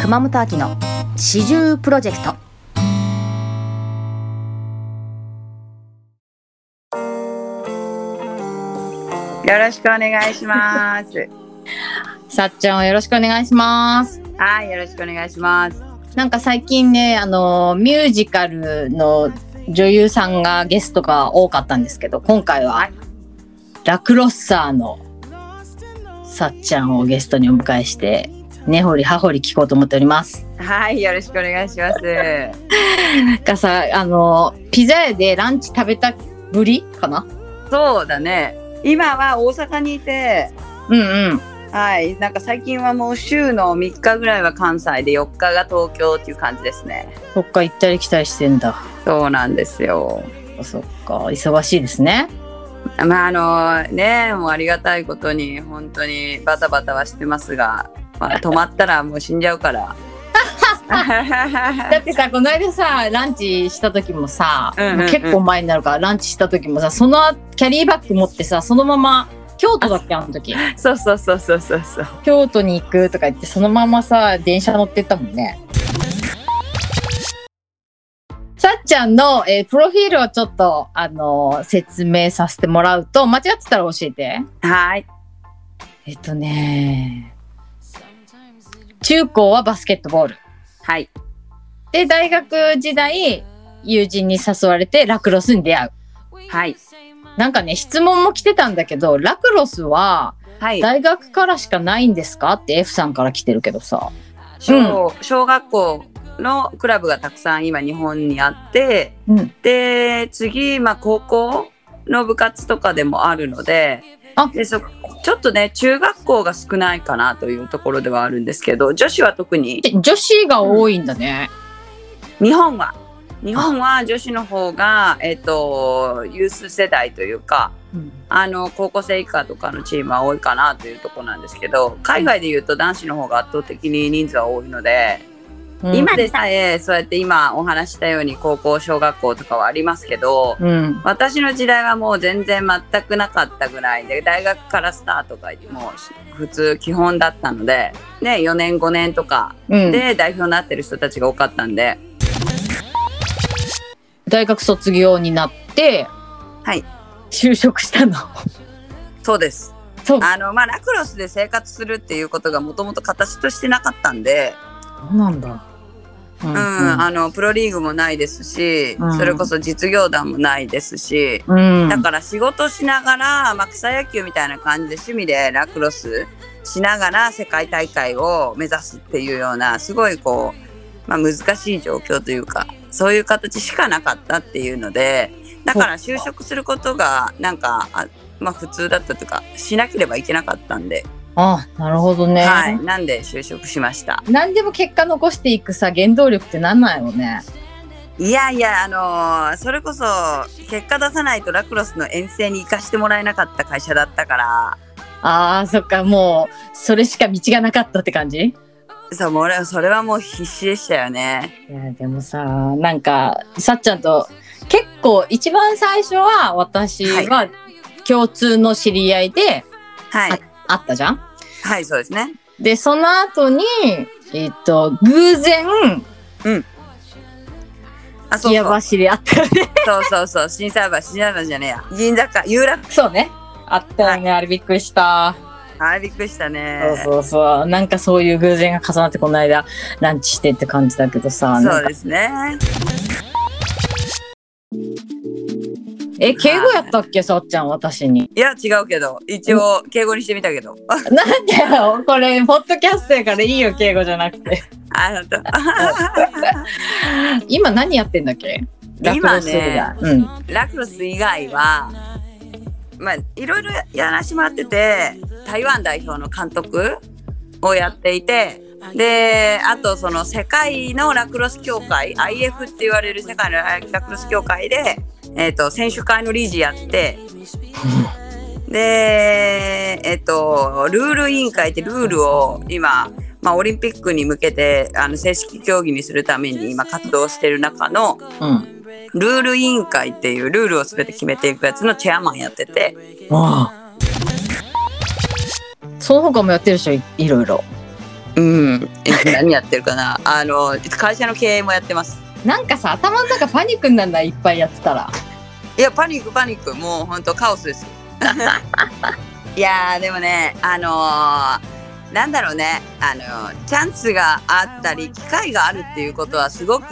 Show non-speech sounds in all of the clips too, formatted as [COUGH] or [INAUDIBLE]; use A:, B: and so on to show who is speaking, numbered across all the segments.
A: 熊本秋の始終プロジェクト
B: よろしくお願いします。
A: さっちゃんをよろしくお願いします
B: はい、よろしくお願いします。
A: なんか最近ねあのミュージカルの女優さんがゲストが多かったんですけど今回は
B: はい
A: ラクロッサーのさっちゃんをゲストにお迎えして根掘り葉掘り聞こうと思っております
B: はい、よろしくお願いします。
A: がさあのピザ屋でランチ食べたぶりかな
B: そうだね。今は大阪にいて、
A: うんうん
B: はい、なんか最近はもう週の3日ぐらいは関西で4日が東京っていう感じですね。
A: そっか行ったり来たりしてんだ
B: そうなんですよ。
A: そっか忙しいですね
B: まああのね、もうありがたいことに本当にバタバタはしてますが、まあ、止まったらもう死んじゃう
A: [LAUGHS]
B: から。
A: だってさこの間さランチした時もさ、
B: うんうんうん
A: もう結構前になるからランチした時もさそのキャリーバッグ持ってさそのまま京都だっけあの時
B: そうそうそうそうそうそう。
A: 京都に行くとか言ってそのままさ電車乗ってったもんねさっちゃんの、えープロフィールをちょっと、あのー説明させてもらうと間違ってたら教えて
B: はい。
A: えっとね中高はバスケットボール
B: はい。
A: で大学時代友人に誘われてラクロスに出会う
B: はい。
A: なんかね質問も来てたんだけどラクロスは
B: はい。
A: 大学からしかないんですかって F さんから来てるけどさ
B: 小,、小学校のクラブがたくさん今日本にあって、
A: うん
B: で、次、まあ高校の部活とかでもあるので、
A: あ
B: でそちょっとね、中学校が少ないかなというところではあるんですけど、女子は特に、
A: で女子が多いんだね、
B: 日本は、日本は女子の方が、えっ、と、ユース世代というか、あの高校生以下とかのチームは多いかなというところなんですけど海外でいうと男子の方が圧倒的に人数は多いので、
A: うん
B: 今でさえそうやって今お話ししたように高校小学校とかはありますけど
A: うん
B: 私の時代はもう全然全くなかったぐらいで大学からスタートがもう普通基本だったので、ね、4年5年とか
A: うん
B: で代表になってる人たちが多かったんで、
A: 大学卒業になって
B: はい
A: 就職したの
B: そうです
A: そう
B: あの、まあ、ラクロスで生活するっていうことがもともと形としてなかったんで。
A: そうなんだうんう
B: うん、あのプロリーグもないですし、
A: うん
B: それこそ実業団もないですし、
A: うん
B: だから仕事しながら、まあ、草野球みたいな感じで趣味でラクロスしながら世界大会を目指すっていうようなすごいこう、まあ、難しい状況というかそういう形しかなかったっていうのでだから就職することがなんかあ、まあ、普通だったというかしなければいけなかったんで、
A: あなるほどね、
B: はい、なんで就職しました。
A: 何でも結果残していくさ原動力ってなんないよね
B: いやいや、あのーそれこそ結果出さないとラクロスの遠征に行かしてもらえなかった会社だったから、
A: あーそっかもうそれしか道がなかったって感じ
B: そう、もう俺はそれはもう必死でしたよね。
A: いやでもさなんかさっちゃんと結構一番最初は私は共通の知り合いで
B: はい、
A: あったじゃん、
B: はい、そうですね。
A: でその後にえっと偶然
B: あ、そう
A: 家
B: そう、
A: 走りあった [LAUGHS] よね
B: そうそうそう、震災橋、震災橋じゃねえや、銀座か、有楽、
A: そうねあったよね、あれびっくりした、
B: あれびっくりした
A: そう
B: ね。
A: そうそうなんかそういう偶然が重なってこの間ランチしてって感じだけどさなんか
B: そうですね。
A: え敬語やったっけさっちゃん私に
B: いや、違うけど、一応敬語にしてみたけど。
A: なんでよこれポッドキャストやからいいよ敬語じゃなくて
B: あなた。
A: 今何やってんだっけラクロス以外うん
B: ラクロス以外は、まあ、いろいろやらしてもらってて台湾代表の監督をやっていてであとその世界のラクロス協会 IF って言われる世界のラクロス協会で、えー、と選手会の理事やってでえっ、とルール委員会ってルールを今、まあ、オリンピックに向けてあの正式競技にするために今活動してる中の
A: うん
B: ルール委員会っていうルールを全て決めていくやつのチェアマンやってて
A: ああその他もやってるでしょいいろいろ
B: うん。え [LAUGHS] 何やってるかな。あの会社の経営もやってます。
A: なんかさ頭の中パニックになるないっぱいやってたら
B: いやパニックパニックもう本当カオスです。 [LAUGHS] いやーでもねあのーなんだろうねあのーチャンスがあったり機会があるっていうことはすごく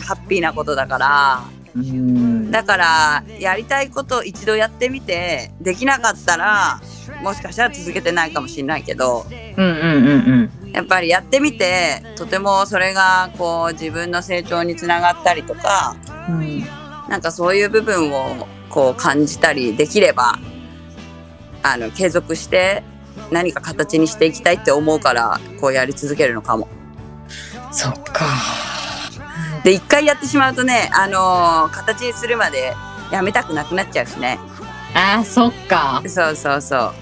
B: ハッピーなことだから。
A: うん
B: だからやりたいことを一度やってみてできなかったらもしかしたら続けてないかもしれないけど
A: うんうんうん
B: やっぱりやってみてとてもそれがこう自分の成長につながったりとか
A: うんうん
B: なんかそういう部分をこう感じたりできればあの継続して何か形にしていきたいって思うからこうやり続けるのかも。
A: そっか
B: で一回やってしまうとね、あのー形にするまでやめたくなくなっちゃうしね
A: あーそっか
B: そうそうそう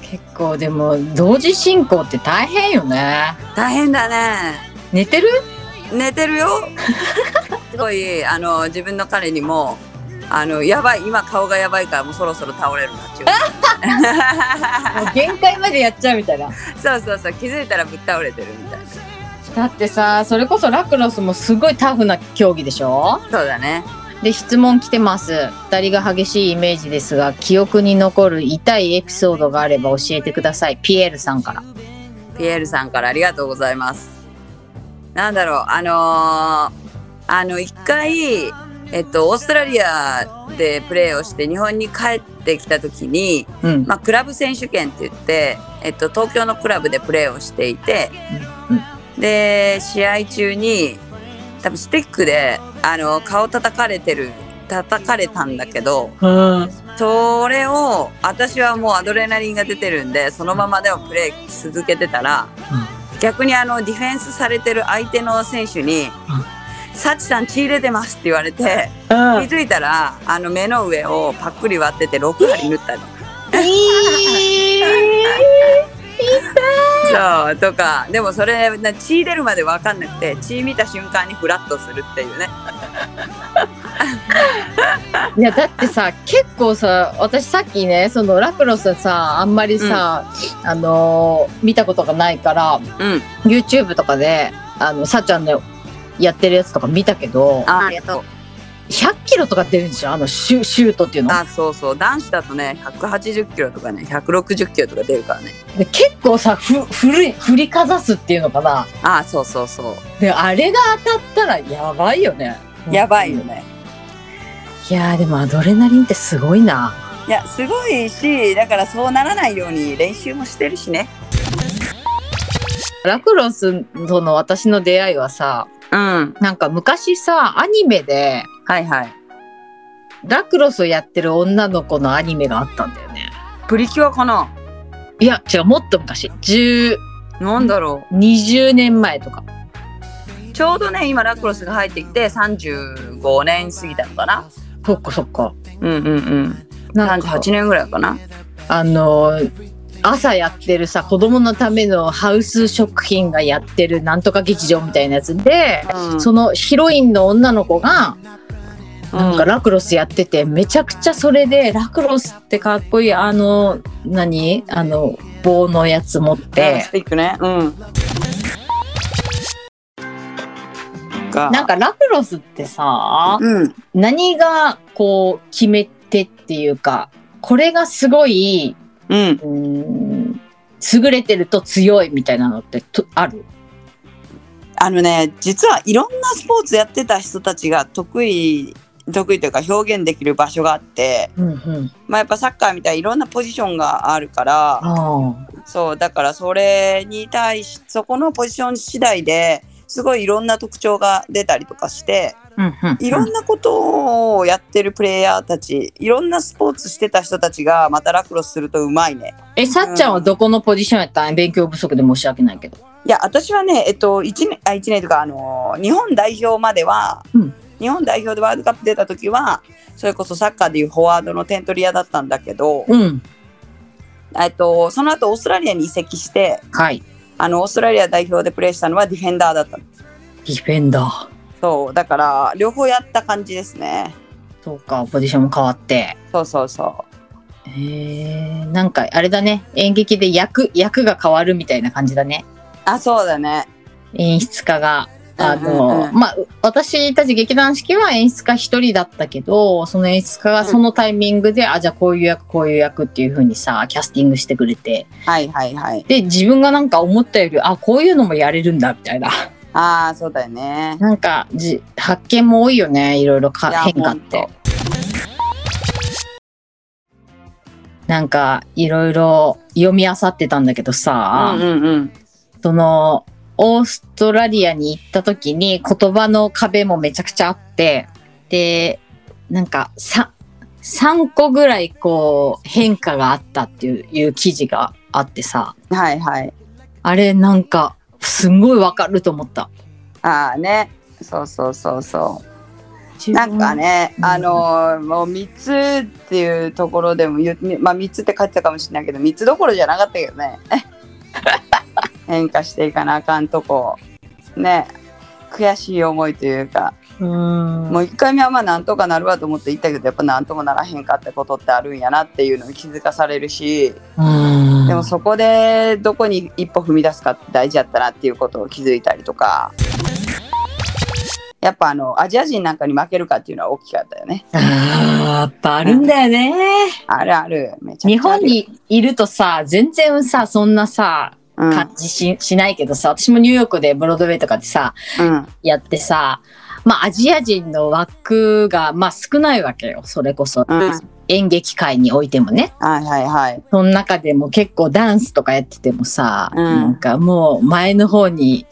A: 結構でも同時進行って大変よね
B: 大変だね
A: 寝てる
B: 寝てるよすごいあの自分の彼にもあのやばい今顔がやばいからもうそろそろ倒れるなっていう
A: もう限界までやっちゃうみたいな
B: そうそうそう気づいたらぶっ倒れてるみたいな
A: だってさそれこそラクロスもすごいタフな競技でしょ
B: そうだね
A: で質問来てます2人が激しいイメージですが記憶に残る痛いエピソードがあれば教えてくださいピエールさんから
B: ピエールさんからありがとうございます。なんだろう、あのーあの一回、えっと、オーストラリアでプレーをして日本に帰ってきた時に、
A: うん
B: まあ、クラブ選手権って言って、えっと、東京のクラブでプレーをしていて、で試合中に多分スティックであの顔叩かれてる叩かれたんだけど
A: うん
B: それを私はもうアドレナリンが出てるんでそのままでもプレー続けてたら、逆にあのディフェンスされてる相手の選手に「サチさん血入れてます」って言われて気づいたらあの目の上をパックリ割ってて6針縫ったの。そうとかでもそれな血出るまで分かんなくて血見た瞬間にフラッとするっていうね
A: いやだってさ結構さ私さっきねそのラクロスさあんまりさ、あのー見たことがないから
B: うん
A: YouTube とかであのさっちゃんのやってるやつとか見たけど
B: あ
C: ありがとう
A: 100キロとか出るんでしょあのシュシュートっていうの
B: あそうそう男子だとね180キロとかね160キロとか出るからね
A: で結構さふ振り振りかざすっていうのかな
B: あそうそうそう
A: であれが当たったらやばいよね
B: やばいよね
A: いやーでもアドレナリンってすごいない
B: やすごいしだからそうならないように練習もしてるしね
A: ラクロスとの私の出会いはさ
B: うん
A: なんか昔さアニメで
B: はいはい
A: ラクロスをやってる女の子のアニメがあったんだよね。
B: プリキュアかない
A: や、違う、もっと昔。10、
B: なんだろ
A: 20年前とか。
B: う、ちょうどね今ラクロスが入ってきて35年過ぎたのかな
A: そっかそっか。
B: うんうんうん
A: なんか、
B: 38年ぐらいかな
A: あのー朝やってるさ、子供のためのハウス食品がやってるなんとか劇場みたいなやつで、
B: うん
A: そのヒロインの女の子が、なんかラクロスやってて、めちゃくちゃそれで、ラクロスってかっこいい、あの、何あの、棒のやつ持って
B: ス、ティックねうんが
A: なんかラクロスってさ、
B: うん
A: 何がこう決め手っていうかこれがすごい
B: うん
A: うーん優れてると強いみたいなのってとある
B: あのね実はいろんなスポーツやってた人たちが得意得意というか表現できる場所があって、
A: うんうん
B: まあ、やっぱサッカーみたいにいろんなポジションがあるから
A: あ
B: そうだからそれに対しそこのポジション次第ですごいいろんな特徴が出たりとかして
A: うんうん
B: いろんなことをやってるプレイヤーたちいろんなスポーツしてた人たちがまたラクロスするとうまいね。
A: えさっちゃんはどこのポジションやったん勉強不足で申し訳ないけど
B: いや私はねえっと1年あ一年とかあのー日本代表までは、
A: うん
B: 日本代表でワールドカップ出た時はそれこそサッカーでいうフォワードの点取り屋だったんだけど、
A: うん
B: えっとその後オーストラリアに移籍して
A: はい
B: あのオーストラリア代表でプレーしたのはディフェンダーだったの
A: ディフェンダー
B: そうだから両方やった感じですね
A: そうかポジションも変わって
B: そうそうそ
A: へえなんかあれだね演劇で役役が変わるみたいな感じだね
B: うあ、そうだね。
A: 演出家が。あ
B: うんう
A: の、
B: んうん
A: まあ、私たち劇団四季は演出家一人だったけど、その演出家がそのタイミングで、あ、じゃあこういう役、こういう役っていう風にさ、キャスティングしてくれて。
B: はいはいはい。
A: で、自分がなんか思ったより、あ、こういうのもやれるんだ、みたいな。
B: ああ、そうだよね。
A: なんかじ、発見も多いよね、いろいろか
B: いや
A: 変化って。なんか、いろいろ読み漁ってたんだけどさ、
B: うんうんうん。
A: その、オーストラリアに行った時に言葉の壁もめちゃくちゃあって、で、なんか、さ、3個ぐらいこう変化があったっていういう記事があってさ、
B: はいはい。
A: あれなんか、すんごいわかると思った。
B: ああね。そうそうそうそう。なんかね、
A: うん
B: あのーもう3つっていうところでも言う、まあ3つって書いてたかもしれないけど、3つどころじゃなかったけどね。 [LAUGHS] 変化していかなあかんとこ。ね。悔しい思いというか、
A: 自分、うん
B: もう1回目はまあなんとかなるわと思って行ったけど、やっぱなんともならへんかったことってあるんやなっていうのに気づかされるし、
A: うん
B: でもそこでどこに一歩踏み出すかって大事やったなっていうことを気づいたりとかやっぱあのアジア人なんかに負けるかっていうのは大きかったよね
A: あーやっぱあるんだよね。
B: あるあるめちゃくちゃ
A: 日
B: あ
A: 本
B: る
A: にいるとさ、全然さ、そんなさ、
B: うん、
A: 感じし,、しないけどさ、私もニューヨークでブロードウェイとかでさ、
B: うん
A: やってさ、まあアジア人の枠が、まあ少ないわけよ。それこそ、
B: うん
A: 演劇界においてもね。
B: はいはいはい
A: その中でも結構ダンスとかやっててもさ、
B: うん
A: なんかもう前の方に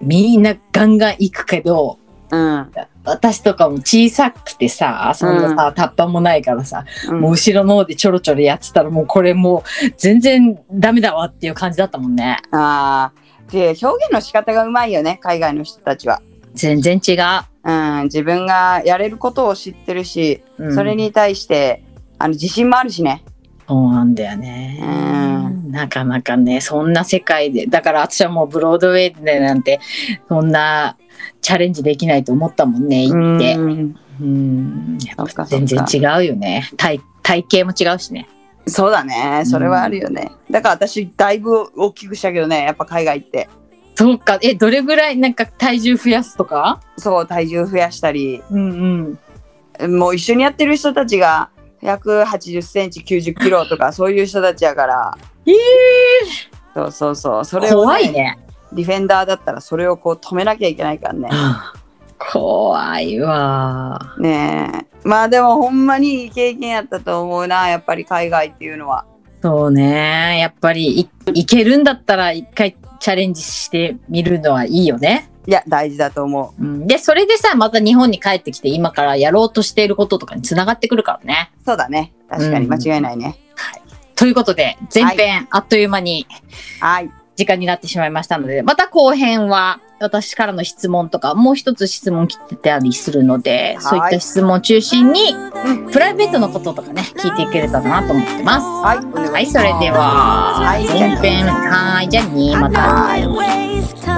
A: みんなガンガン行くけど、
B: うん、
A: 私とかも小さくてさ、そんなさ、タッパもないからさ、
B: うん
A: もう後ろの方でちょろちょろやってたらもうこれもう全然ダメだわっていう感じだったもんね。
B: あーで表現の仕方がうまいよね海外の人たちは、
A: 全然違う。
B: うん、自分がやれることを知ってるし、
A: うん
B: それ。に対してあの自信もあるしね
A: そうなんだよね。
B: う
A: なかなかね、そんな世界で、だから私はもうブロードウェイでなんて、そんなチャレンジできないと思ったもんね、行って。
B: うん
A: うん。や
B: そ
A: っ
B: っか
A: ぱ
B: そっ
A: 全
B: か
A: 然違うよね。体、体型も違うしね。
B: そうだね。それはあるよね。だから私、だいぶ大きくしたけどね、やっぱ海外行って。
A: そうか。え、どれぐらいなんか体重増やすとか
B: そう、体重増やしたり、
A: うんうん。
B: もう一緒にやってる人たちが、180センチ、90キロとか、そういう人たちやから。
A: えー
B: そうそうそう。それを、
A: 怖い。ね。
B: ディフェンダーだったら、それをこう止めなきゃいけないからね。
A: 怖いわ。
B: ねえ。まあでも、ほんまにいい経験やったと思うな、やっぱり海外っていうのは。
A: そうね。やっぱりい、いけるんだったら一回チャレンジしてみるのはいいよね。
B: いや、大事だと思
A: うん、で、それでさ、また日本に帰ってきて今からやろうとしていることとかにつながってくるからね。
B: う。そうだね。確かに間違いないね。
A: ということで、前編あっという間に
B: はい。
A: 時間になってしまいましたので、また後編は私からの質問とか、もう一つ質問来てたりするので、そういった質問を中心に、プライベートのこととかね、聞いていけれたらなと思ってます。
B: はい、お願いします。
A: はい、それでは、
B: はい
A: 前編、はい、じゃあ2、また。
C: I waste time.